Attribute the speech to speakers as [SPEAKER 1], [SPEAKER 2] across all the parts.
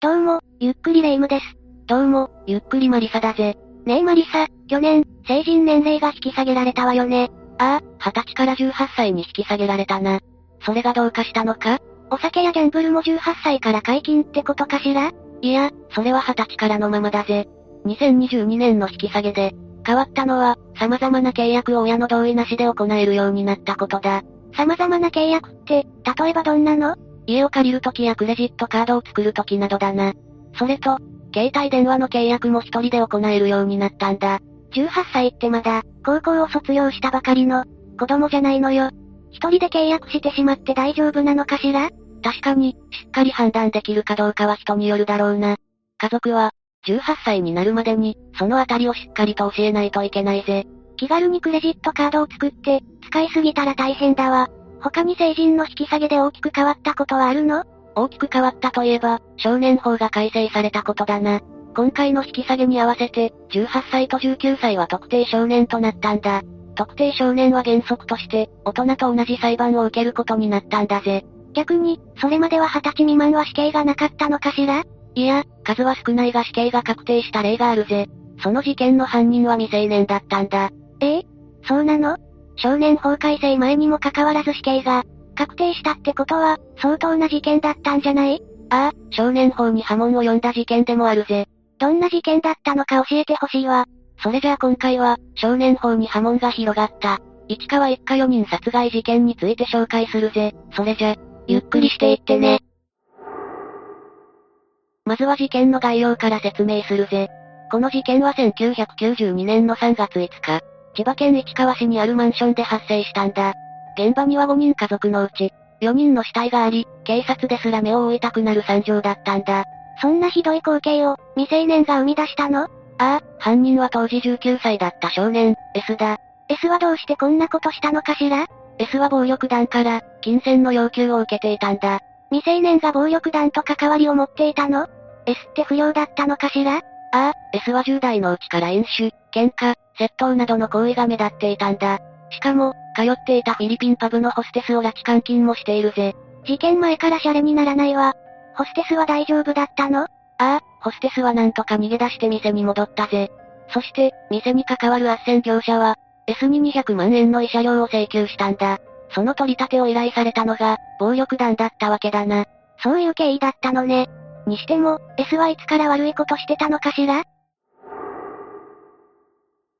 [SPEAKER 1] どうも、ゆっくりレ夢ムです。
[SPEAKER 2] どうも、ゆっくりマリサだぜ。
[SPEAKER 1] ねえマリサ、去年、成人年齢が引き下げられたわよね。
[SPEAKER 2] ああ、二十歳から18歳に引き下げられたな。それがどうかしたのか
[SPEAKER 1] お酒やギャンブルも18歳から解禁ってことかしら
[SPEAKER 2] いや、それは二十歳からのままだぜ。2022年の引き下げで、変わったのは、様々な契約を親の同意なしで行えるようになったことだ。
[SPEAKER 1] 様々な契約って、例えばどんなの
[SPEAKER 2] 家を借りるときやクレジットカードを作るときなどだな。それと、携帯電話の契約も一人で行えるようになったんだ。
[SPEAKER 1] 18歳ってまだ、高校を卒業したばかりの、子供じゃないのよ。一人で契約してしまって大丈夫なのかしら
[SPEAKER 2] 確かに、しっかり判断できるかどうかは人によるだろうな。家族は、18歳になるまでに、そのあたりをしっかりと教えないといけないぜ。
[SPEAKER 1] 気軽にクレジットカードを作って、使いすぎたら大変だわ。他に成人の引き下げで大きく変わったことはあるの
[SPEAKER 2] 大きく変わったといえば、少年法が改正されたことだな。今回の引き下げに合わせて、18歳と19歳は特定少年となったんだ。特定少年は原則として、大人と同じ裁判を受けることになったんだぜ。
[SPEAKER 1] 逆に、それまでは20歳未満は死刑がなかったのかしら
[SPEAKER 2] いや、数は少ないが死刑が確定した例があるぜ。その事件の犯人は未成年だったんだ。
[SPEAKER 1] ええそうなの少年法改正前にもかかわらず死刑が確定したってことは、相当な事件だったんじゃない
[SPEAKER 2] ああ、少年法に波紋を呼んだ事件でもあるぜ。
[SPEAKER 1] どんな事件だったのか教えてほしいわ。
[SPEAKER 2] それじゃあ今回は、少年法に波紋が広がった、市川一家4人殺害事件について紹介するぜ。それじゃ、ゆっくりしていってね。まずは事件の概要から説明するぜ。この事件は1992年の3月5日、千葉県市川市にあるマンションで発生したんだ。現場には5人家族のうち、4人の死体があり、警察ですら目を覆いたくなる惨状だったんだ。
[SPEAKER 1] そんなひどい光景を、未成年が生み出したの
[SPEAKER 2] ああ、犯人は当時19歳だった少年、S だ。
[SPEAKER 1] S はどうしてこんなことしたのかしら
[SPEAKER 2] ?S は暴力団から、金銭の要求を受けていたんだ。
[SPEAKER 1] 未成年が暴力団と関わりを持っていたの ?S って不良だったのかしらあ
[SPEAKER 2] あ、S は10代のうちから飲酒、喧嘩、窃盗などの行為が目立っていたんだ。しかも、通っていたフィリピンパブのホステスを拉致監禁もしているぜ。
[SPEAKER 1] 事件前からシャレにならないわ。ホステスは大丈夫だったの
[SPEAKER 2] ああ、ホステスはなんとか逃げ出して店に戻ったぜ。そして、店に関わる斡旋業者は、S に200万円の慰謝料を請求したんだ。その取り立てを依頼されたのが、暴力団だったわけだな。
[SPEAKER 1] そういう経緯だったのね。にしても、S はいつから悪いことしてたのかしら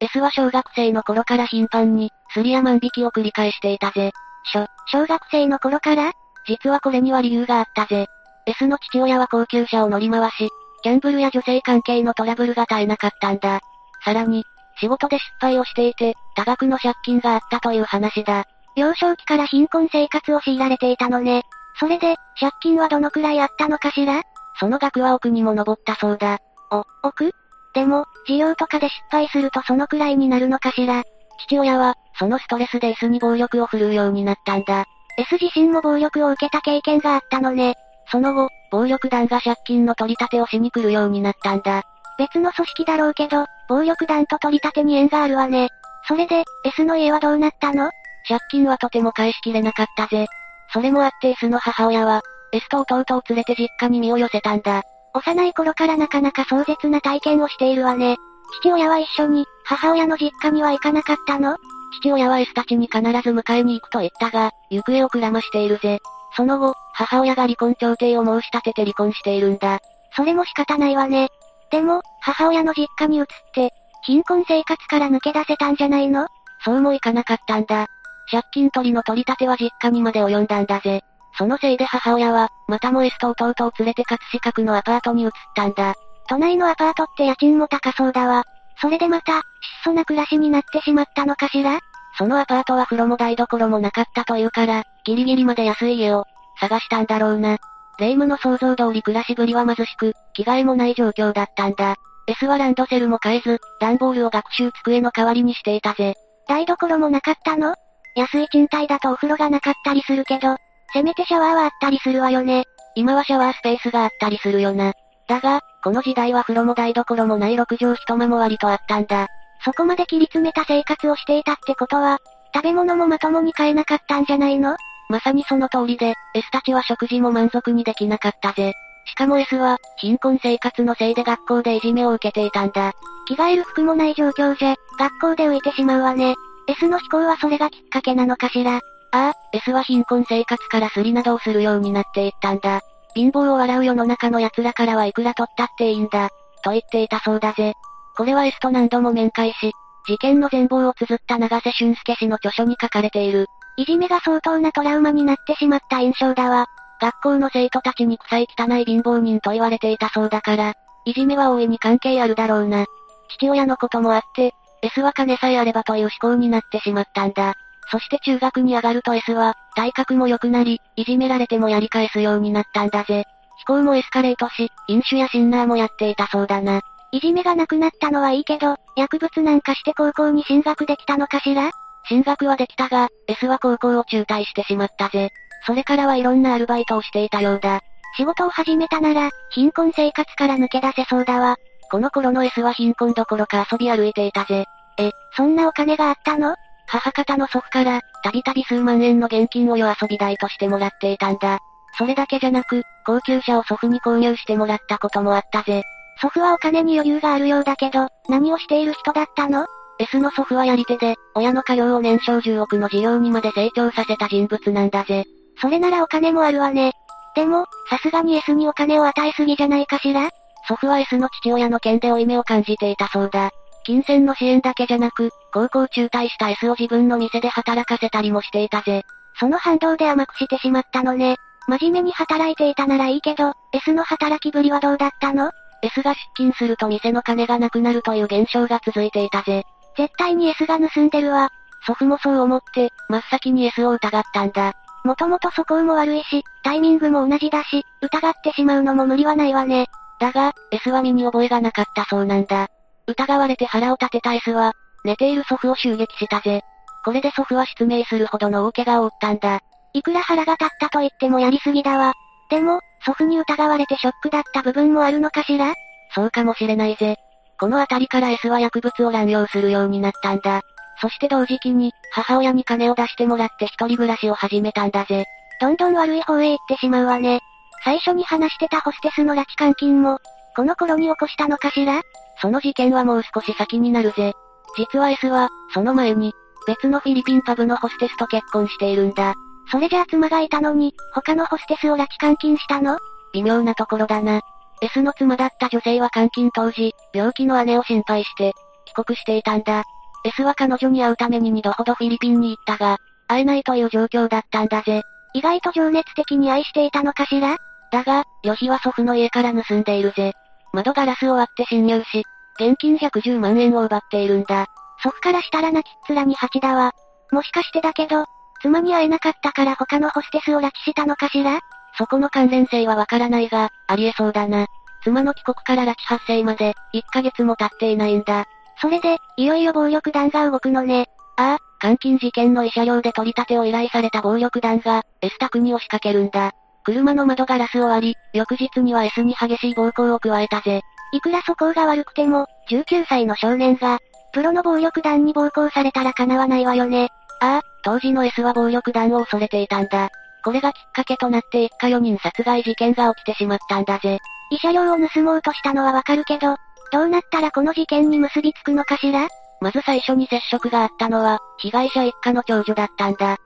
[SPEAKER 2] S は小学生の頃から頻繁に、すりや万引きを繰り返していたぜ。
[SPEAKER 1] しょ、小学生の頃から
[SPEAKER 2] 実はこれには理由があったぜ。S の父親は高級車を乗り回し、ギャンブルや女性関係のトラブルが絶えなかったんだ。さらに、仕事で失敗をしていて、多額の借金があったという話だ。
[SPEAKER 1] 幼少期から貧困生活を強いられていたのね。それで、借金はどのくらいあったのかしら
[SPEAKER 2] その額は奥にも上ったそうだ。
[SPEAKER 1] お、奥でも、事業とかで失敗するとそのくらいになるのかしら
[SPEAKER 2] 父親は、そのストレスで S に暴力を振るうようになったんだ。
[SPEAKER 1] S 自身も暴力を受けた経験があったのね。
[SPEAKER 2] その後、暴力団が借金の取り立てをしに来るようになったんだ。
[SPEAKER 1] 別の組織だろうけど、暴力団と取り立てに縁があるわね。それで、S の家はどうなったの
[SPEAKER 2] 借金はとても返しきれなかったぜ。それもあって S の母親は、S と弟を連れて実家に身を寄せたんだ。
[SPEAKER 1] 幼い頃からなかなか壮絶な体験をしているわね。父親は一緒に、母親の実家には行かなかったの
[SPEAKER 2] 父親は S たちに必ず迎えに行くと言ったが、行方をくらましているぜ。その後、母親が離婚調停を申し立てて離婚しているんだ。
[SPEAKER 1] それも仕方ないわね。でも、母親の実家に移って、貧困生活から抜け出せたんじゃないの
[SPEAKER 2] そうもいかなかったんだ。借金取りの取り立ては実家にまで及んだんだぜ。そのせいで母親は、またも S と弟を連れて葛飾区のアパートに移ったんだ。
[SPEAKER 1] 都内のアパートって家賃も高そうだわ。それでまた、質素な暮らしになってしまったのかしら
[SPEAKER 2] そのアパートは風呂も台所もなかったというから、ギリギリまで安い家を、探したんだろうな。霊夢の想像通り暮らしぶりは貧しく、着替えもない状況だったんだ。S はランドセルも買えず、段ボールを学習机の代わりにしていたぜ。
[SPEAKER 1] 台所もなかったの安い賃貸だとお風呂がなかったりするけど、せめてシャワーはあったりするわよね。
[SPEAKER 2] 今はシャワースペースがあったりするよな。だが、この時代は風呂も台所もない6畳一間も割とあったんだ。
[SPEAKER 1] そこまで切り詰めた生活をしていたってことは、食べ物もまともに買えなかったんじゃないの
[SPEAKER 2] まさにその通りで、S たちは食事も満足にできなかったぜ。しかも S は、貧困生活のせいで学校でいじめを受けていたんだ。
[SPEAKER 1] 着替える服もない状況じゃ、学校で浮いてしまうわね。S の飛行はそれがきっかけなのかしら。
[SPEAKER 2] ああ、S は貧困生活からすりなどをするようになっていったんだ。貧乏を笑う世の中の奴らからはいくら取ったっていいんだ。と言っていたそうだぜ。これは S と何度も面会し、事件の全貌を綴った長瀬俊介氏の著書に書かれている。
[SPEAKER 1] いじめが相当なトラウマになってしまった印象だわ。
[SPEAKER 2] 学校の生徒たちに臭い汚い貧乏人と言われていたそうだから、いじめは大いに関係あるだろうな。父親のこともあって、S は金さえあればという思考になってしまったんだ。そして中学に上がると S は、体格も良くなり、いじめられてもやり返すようになったんだぜ。思考もエスカレートし、飲酒やシンナーもやっていたそうだな。
[SPEAKER 1] いじめがなくなったのはいいけど、薬物なんかして高校に進学できたのかしら
[SPEAKER 2] 進学はできたが、S は高校を中退してしまったぜ。それからはいろんなアルバイトをしていたようだ。
[SPEAKER 1] 仕事を始めたなら、貧困生活から抜け出せそうだわ。
[SPEAKER 2] この頃の S は貧困どころか遊び歩いていたぜ。
[SPEAKER 1] え、そんなお金があったの
[SPEAKER 2] 母方の祖父から、たびたび数万円の現金を夜遊び代としてもらっていたんだ。それだけじゃなく、高級車を祖父に購入してもらったこともあったぜ。
[SPEAKER 1] 祖父はお金に余裕があるようだけど、何をしている人だったの
[SPEAKER 2] S の祖父はやり手で、親の家業を年商10億の事業にまで成長させた人物なんだぜ。
[SPEAKER 1] それならお金もあるわね。でも、さすがに S にお金を与えすぎじゃないかしら
[SPEAKER 2] 祖父は S の父親の件で負い目を感じていたそうだ。金銭の支援だけじゃなく、高校中退した S を自分の店で働かせたりもしていたぜ。
[SPEAKER 1] その反動で甘くしてしまったのね。真面目に働いていたならいいけど、S の働きぶりはどうだったの
[SPEAKER 2] ?S が出勤すると店の金がなくなるという現象が続いていたぜ。
[SPEAKER 1] 絶対に S が盗んでるわ。
[SPEAKER 2] 祖父もそう思って、真っ先に S を疑ったんだ。
[SPEAKER 1] もともと素行も悪いし、タイミングも同じだし、疑ってしまうのも無理はないわね。
[SPEAKER 2] だが、S は身に覚えがなかったそうなんだ。疑われて腹を立てた S は、寝ている祖父を襲撃したぜ。これで祖父は失明するほどの大怪我を負ったんだ。
[SPEAKER 1] いくら腹が立ったと言ってもやりすぎだわ。でも、祖父に疑われてショックだった部分もあるのかしら
[SPEAKER 2] そうかもしれないぜ。このあたりから S は薬物を乱用するようになったんだ。そして同時期に、母親に金を出してもらって一人暮らしを始めたんだぜ。
[SPEAKER 1] どんどん悪い方へ行ってしまうわね。最初に話してたホステスの拉致監禁も、この頃に起こしたのかしら
[SPEAKER 2] その事件はもう少し先になるぜ。実は S は、その前に、別のフィリピンパブのホステスと結婚しているんだ。
[SPEAKER 1] それじゃあ妻がいたのに、他のホステスを拉致監禁したの
[SPEAKER 2] 微妙なところだな。S の妻だった女性は監禁当時、病気の姉を心配して、帰国していたんだ。S は彼女に会うために2度ほどフィリピンに行ったが、会えないという状況だったんだぜ。
[SPEAKER 1] 意外と情熱的に愛していたのかしら
[SPEAKER 2] だが、旅費は祖父の家から盗んでいるぜ。窓ガラスを割って侵入し、現金110万円を奪っているんだ。
[SPEAKER 1] 祖父からしたら泣きっ面に蜂だわ。もしかしてだけど、妻に会えなかったから他のホステスを拉致したのかしら
[SPEAKER 2] そこの関連性はわからないが、ありえそうだな。妻の帰国から拉致発生まで、1ヶ月も経っていないんだ。
[SPEAKER 1] それで、いよいよ暴力団が動くのね。
[SPEAKER 2] ああ、監禁事件の慰謝料で取り立てを依頼された暴力団が、S 宅に押しかけるんだ。車の窓ガラスを割り、翌日には S に激しい暴行を加えたぜ。
[SPEAKER 1] いくら素行が悪くても、19歳の少年が、プロの暴力団に暴行されたら叶わないわよね。
[SPEAKER 2] ああ、当時の S は暴力団を恐れていたんだ。これがきっかけとなって一家4人殺害事件が起きてしまったんだぜ。
[SPEAKER 1] 慰謝料を盗もうとしたのはわかるけど、どうなったらこの事件に結びつくのかしら
[SPEAKER 2] まず最初に接触があったのは、被害者一家の長女だったんだ。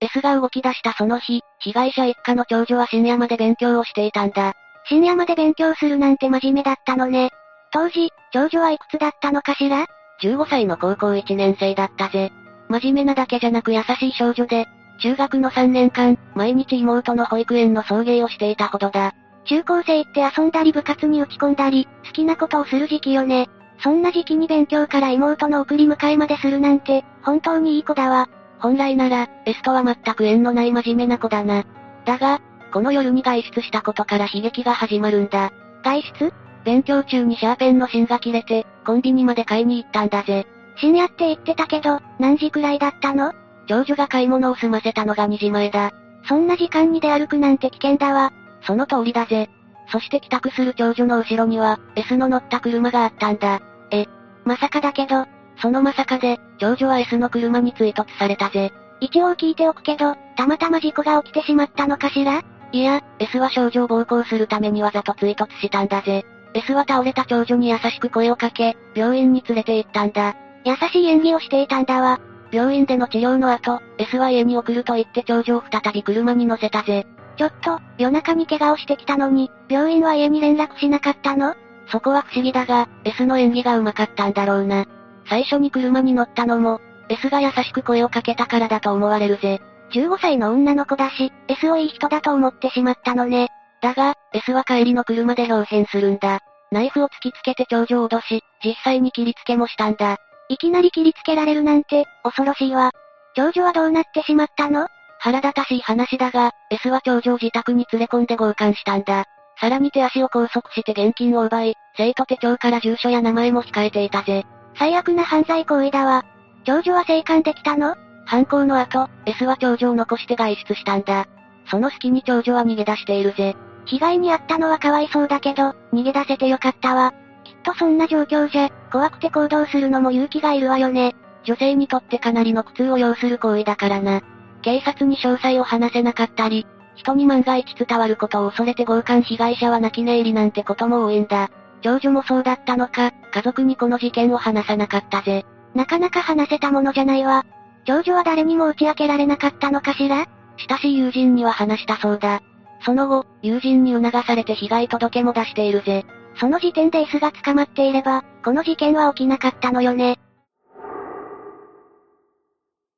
[SPEAKER 2] S が動き出したその日、被害者一家の長女は深夜まで勉強をしていたんだ。
[SPEAKER 1] 深夜まで勉強するなんて真面目だったのね。当時、長女はいくつだったのかしら
[SPEAKER 2] ?15 歳の高校1年生だったぜ。真面目なだけじゃなく優しい少女で、中学の3年間、毎日妹の保育園の送迎をしていたほどだ。
[SPEAKER 1] 中高生って遊んだり部活に打ち込んだり、好きなことをする時期よね。そんな時期に勉強から妹の送り迎えまでするなんて、本当にいい子だわ。
[SPEAKER 2] 本来なら、S とは全く縁のない真面目な子だな。だが、この夜に外出したことから悲劇が始まるんだ。
[SPEAKER 1] 外出
[SPEAKER 2] 勉強中にシャーペンの芯が切れて、コンビニまで買いに行ったんだぜ。
[SPEAKER 1] 深夜って言ってたけど、何時くらいだったの
[SPEAKER 2] 長女が買い物を済ませたのが2時前だ。
[SPEAKER 1] そんな時間に出歩くなんて危険だわ。
[SPEAKER 2] その通りだぜ。そして帰宅する長女の後ろには、S の乗った車があったんだ。
[SPEAKER 1] え、まさかだけど、
[SPEAKER 2] そのまさかで、長女は S の車に追突されたぜ。
[SPEAKER 1] 一応聞いておくけど、たまたま事故が起きてしまったのかしら
[SPEAKER 2] いや、S は少女を暴行するためにわざと追突したんだぜ。S は倒れた長女に優しく声をかけ、病院に連れて行ったんだ。
[SPEAKER 1] 優しい演技をしていたんだわ。
[SPEAKER 2] 病院での治療の後、S は家に送ると言って長女を再び車に乗せたぜ。
[SPEAKER 1] ちょっと、夜中に怪我をしてきたのに、病院は家に連絡しなかったの
[SPEAKER 2] そこは不思議だが、S の演技が上手かったんだろうな。最初に車に乗ったのも、S が優しく声をかけたからだと思われるぜ。
[SPEAKER 1] 15歳の女の子だし、S をいい人だと思ってしまったのね。
[SPEAKER 2] だが、S は帰りの車で表変するんだ。ナイフを突きつけて頂上を脅し、実際に切りつけもしたんだ。
[SPEAKER 1] いきなり切りつけられるなんて、恐ろしいわ。長女はどうなってしまったの
[SPEAKER 2] 腹立たしい話だが、S は長女を自宅に連れ込んで強姦したんだ。さらに手足を拘束して現金を奪い、生徒手帳から住所や名前も控えていたぜ。
[SPEAKER 1] 最悪な犯罪行為だわ。長女は生還できたの
[SPEAKER 2] 犯行の後、S は長女を残して外出したんだ。その隙に長女は逃げ出しているぜ。
[SPEAKER 1] 被害に遭ったのはかわいそうだけど、逃げ出せてよかったわ。きっとそんな状況じゃ、怖くて行動するのも勇気がいるわよね。
[SPEAKER 2] 女性にとってかなりの苦痛を要する行為だからな。警察に詳細を話せなかったり、人に万が一伝わることを恐れて強姦被害者は泣き寝入りなんてことも多いんだ。長女もそうだったのか、家族にこの事件を話さなかったぜ。
[SPEAKER 1] なかなか話せたものじゃないわ。長女は誰にも打ち明けられなかったのかしら
[SPEAKER 2] 親しい友人には話したそうだ。その後、友人に促されて被害届も出しているぜ。
[SPEAKER 1] その時点で S が捕まっていれば、この事件は起きなかったのよね。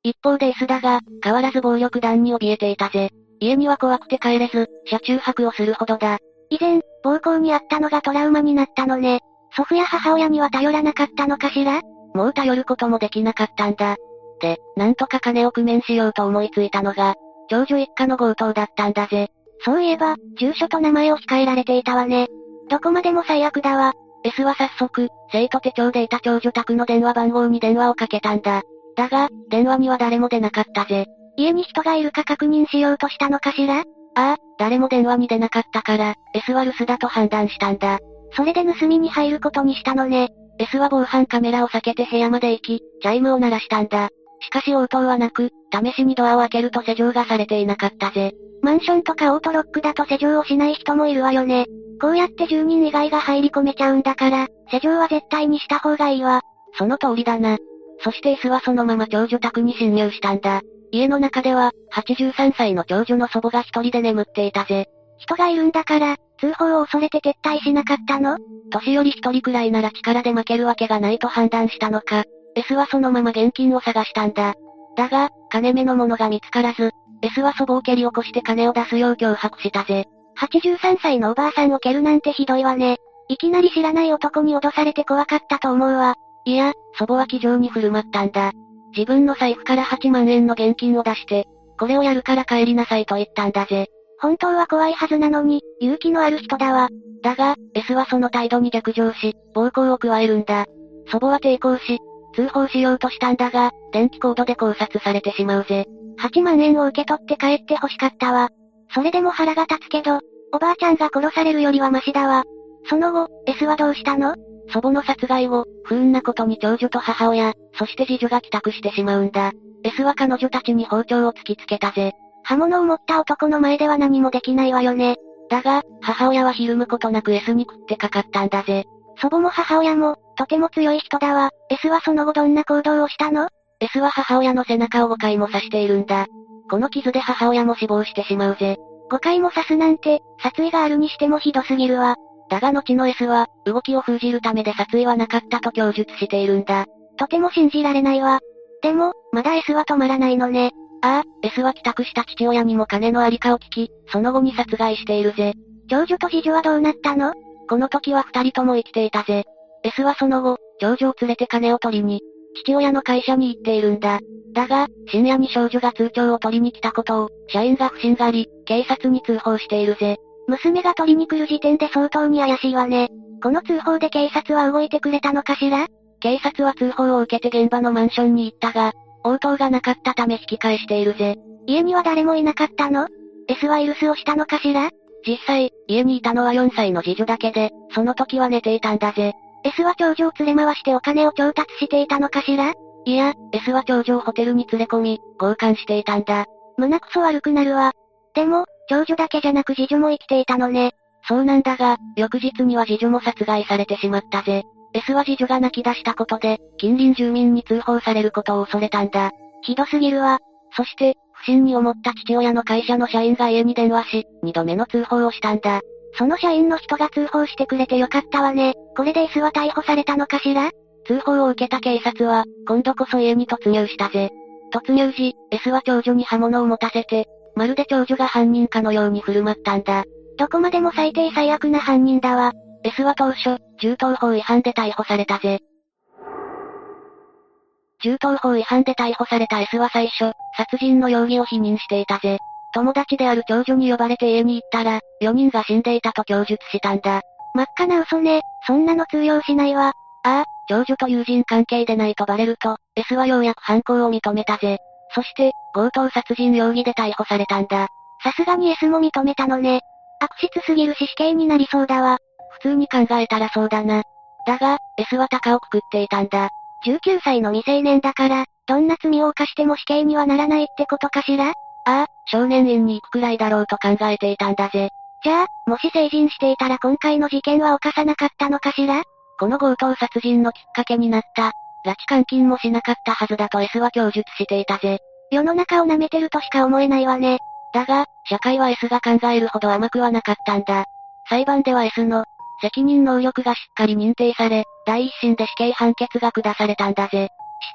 [SPEAKER 2] 一方で S だが、変わらず暴力団に怯えていたぜ。家には怖くて帰れず、車中泊をするほどだ。
[SPEAKER 1] 以前、暴行にあったのがトラウマになったのね。祖父や母親には頼らなかったのかしら
[SPEAKER 2] もう頼ることもできなかったんだ。で、なんとか金を工面しようと思いついたのが、長女一家の強盗だったんだぜ。
[SPEAKER 1] そういえば、住所と名前を控えられていたわね。どこまでも最悪だわ。
[SPEAKER 2] S は早速、生徒手帳でいた長女宅の電話番号に電話をかけたんだ。だが、電話には誰も出なかったぜ。
[SPEAKER 1] 家に人がいるか確認しようとしたのかしらあ
[SPEAKER 2] あ、誰も電話に出なかったから、S は留守だと判断したんだ。
[SPEAKER 1] それで盗みに入ることにしたのね。
[SPEAKER 2] S は防犯カメラを避けて部屋まで行き、チャイムを鳴らしたんだ。しかし応答はなく、試しにドアを開けると施錠がされていなかったぜ。
[SPEAKER 1] マンションとかオートロックだと施錠をしない人もいるわよね。こうやって住人以外が入り込めちゃうんだから、施錠は絶対にした方がいいわ。
[SPEAKER 2] その通りだな。そして S はそのまま長女宅に侵入したんだ。家の中では、83歳の長女の祖母が一人で眠っていたぜ。
[SPEAKER 1] 人がいるんだから、通報を恐れて撤退しなかったの
[SPEAKER 2] 年寄り一人くらいなら力で負けるわけがないと判断したのか、S はそのまま現金を探したんだ。だが、金目のものが見つからず、S は祖母を蹴り起こして金を出すよう脅迫したぜ。
[SPEAKER 1] 83歳のおばあさんを蹴るなんてひどいわね。いきなり知らない男に脅されて怖かったと思うわ。
[SPEAKER 2] いや、祖母は気丈に振る舞ったんだ。自分の財布から8万円の現金を出して、これをやるから帰りなさいと言ったんだぜ。
[SPEAKER 1] 本当は怖いはずなのに、勇気のある人だわ。
[SPEAKER 2] だが、S はその態度に逆上し、暴行を加えるんだ。祖母は抵抗し、通報しようとしたんだが、電気コードで考察されてしまうぜ。
[SPEAKER 1] 8万円を受け取って帰って欲しかったわ。それでも腹が立つけど、おばあちゃんが殺されるよりはマシだわ。その後、S はどうしたの
[SPEAKER 2] 祖母の殺害後、不運なことに長女と母親、そして次女が帰宅してしまうんだ。S は彼女たちに包丁を突きつけたぜ。
[SPEAKER 1] 刃物を持った男の前では何もできないわよね。
[SPEAKER 2] だが、母親はひるむことなく S に食ってかかったんだぜ。
[SPEAKER 1] 祖母も母親も、とても強い人だわ。S はその後どんな行動をしたの
[SPEAKER 2] ?S は母親の背中を5回も刺しているんだ。この傷で母親も死亡してしまうぜ。
[SPEAKER 1] 5回も刺すなんて、殺意があるにしてもひどすぎるわ。
[SPEAKER 2] だが後の S は、動きを封じるためで殺意はなかったと供述しているんだ。
[SPEAKER 1] とても信じられないわ。でも、まだ S は止まらないのね。
[SPEAKER 2] ああ、S は帰宅した父親にも金のありかを聞き、その後に殺害しているぜ。
[SPEAKER 1] 長女と次女はどうなったの
[SPEAKER 2] この時は二人とも生きていたぜ。S はその後、長女を連れて金を取りに、父親の会社に行っているんだ。だが、深夜に少女が通帳を取りに来たことを、社員が不審があり、警察に通報しているぜ。
[SPEAKER 1] 娘が取りに来る時点で相当に怪しいわね。この通報で警察は動いてくれたのかしら
[SPEAKER 2] 警察は通報を受けて現場のマンションに行ったが、応答がなかったため引き返しているぜ。
[SPEAKER 1] 家には誰もいなかったの ?S はイルスをしたのかしら
[SPEAKER 2] 実際、家にいたのは4歳の次女だけで、その時は寝ていたんだぜ。
[SPEAKER 1] S は長女を連れ回してお金を調達していたのかしら
[SPEAKER 2] いや、S は長女をホテルに連れ込み、強姦していたんだ。
[SPEAKER 1] 胸くそ悪くなるわ。でも、長女だけじゃなく次女も生きていたのね。
[SPEAKER 2] そうなんだが、翌日には次女も殺害されてしまったぜ。S は次女が泣き出したことで、近隣住民に通報されることを恐れたんだ。
[SPEAKER 1] ひどすぎるわ。
[SPEAKER 2] そして、不審に思った父親の会社の社員が家に電話し、二度目の通報をしたんだ。
[SPEAKER 1] その社員の人が通報してくれてよかったわね。これで S は逮捕されたのかしら
[SPEAKER 2] 通報を受けた警察は、今度こそ家に突入したぜ。突入時、S は長女に刃物を持たせて、まるで長女が犯人かのように振る舞ったんだ。
[SPEAKER 1] どこまでも最低最悪な犯人だわ。
[SPEAKER 2] S は当初、銃刀法違反で逮捕されたぜ。銃刀法違反で逮捕された S は最初、殺人の容疑を否認していたぜ。友達である長女に呼ばれて家に行ったら、4人が死んでいたと供述したんだ。
[SPEAKER 1] 真っ赤な嘘ね、そんなの通用しない
[SPEAKER 2] あ
[SPEAKER 1] わ。
[SPEAKER 2] あ、長女と友人関係でないとバレると、S はようやく犯行を認めたぜ。そして、強盗殺人容疑で逮捕されたんだ。
[SPEAKER 1] さすがに S も認めたのね。悪質すぎるし死刑になりそうだわ。
[SPEAKER 2] 普通に考えたらそうだな。だが、S は高をくくっていたんだ。
[SPEAKER 1] 19歳の未成年だから、どんな罪を犯しても死刑にはならないってことかしらあ
[SPEAKER 2] あ、少年院に行くくらいだろうと考えていたんだぜ。
[SPEAKER 1] じゃあ、もし成人していたら今回の事件は犯さなかったのかしら
[SPEAKER 2] この強盗殺人のきっかけになった、拉致監禁もしなかったはずだと S は供述していたぜ。
[SPEAKER 1] 世の中を舐めてるとしか思えないわね。
[SPEAKER 2] だが、社会は S が考えるほど甘くはなかったんだ。裁判では S の、責任能力がしっかり認定され、第一審で死刑判決が下されたんだぜ。
[SPEAKER 1] しっ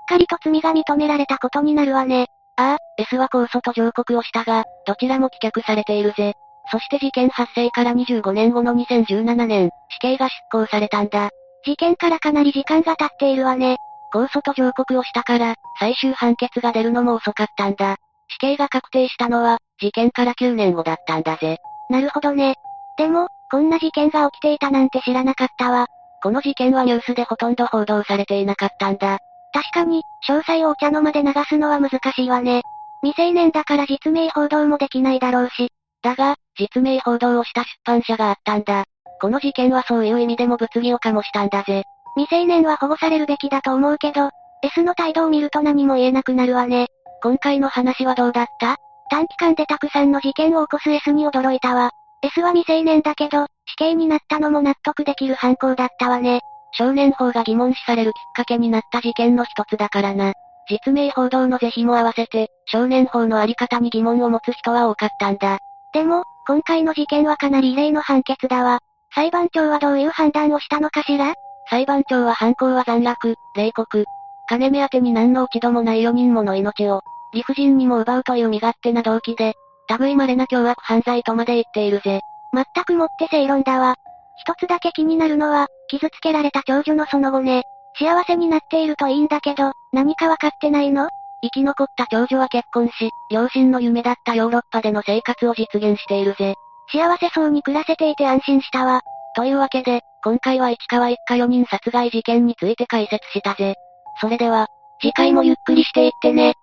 [SPEAKER 1] かりと罪が認められたことになるわね。
[SPEAKER 2] ああ、S は控訴と上告をしたが、どちらも棄却されているぜ。そして事件発生から25年後の2017年、死刑が執行されたんだ。
[SPEAKER 1] 事件からかなり時間が経っているわね。
[SPEAKER 2] 控訴と上告をしたから、最終判決が出るのも遅かったんだ。死刑が確定したのは、事件から9年後だったんだぜ。
[SPEAKER 1] なるほどね。でも、こんな事件が起きていたなんて知らなかったわ。
[SPEAKER 2] この事件はニュースでほとんど報道されていなかったんだ。
[SPEAKER 1] 確かに、詳細をお茶の間で流すのは難しいわね。未成年だから実名報道もできないだろうし。
[SPEAKER 2] だが、実名報道をした出版社があったんだ。この事件はそういう意味でも物議を醸したんだぜ。
[SPEAKER 1] 未成年は保護されるべきだと思うけど、S の態度を見ると何も言えなくなるわね。
[SPEAKER 2] 今回の話はどうだった
[SPEAKER 1] 短期間でたくさんの事件を起こす S に驚いたわ。S は未成年だけど、死刑になったのも納得できる犯行だったわね。
[SPEAKER 2] 少年法が疑問視されるきっかけになった事件の一つだからな。実名報道の是非も合わせて、少年法のあり方に疑問を持つ人は多かったんだ。
[SPEAKER 1] でも、今回の事件はかなり異例の判決だわ。裁判長はどういう判断をしたのかしら
[SPEAKER 2] 裁判長は犯行は残虐、冷酷。金目当てに何の落ち度もない4人もの命を、理不尽にも奪うという身勝手な動機で、類稀な凶悪犯罪とまで言っているぜ。
[SPEAKER 1] 全くもって正論だわ。一つだけ気になるのは、傷つけられた長女のその後ね。幸せになっているといいんだけど、何かわかってないの
[SPEAKER 2] 生き残った長女は結婚し、両親の夢だったヨーロッパでの生活を実現しているぜ。
[SPEAKER 1] 幸せそうに暮らせていて安心したわ。
[SPEAKER 2] というわけで、今回は市川一家4人殺害事件について解説したぜ。それでは、
[SPEAKER 1] 次回もゆっくりしていってね。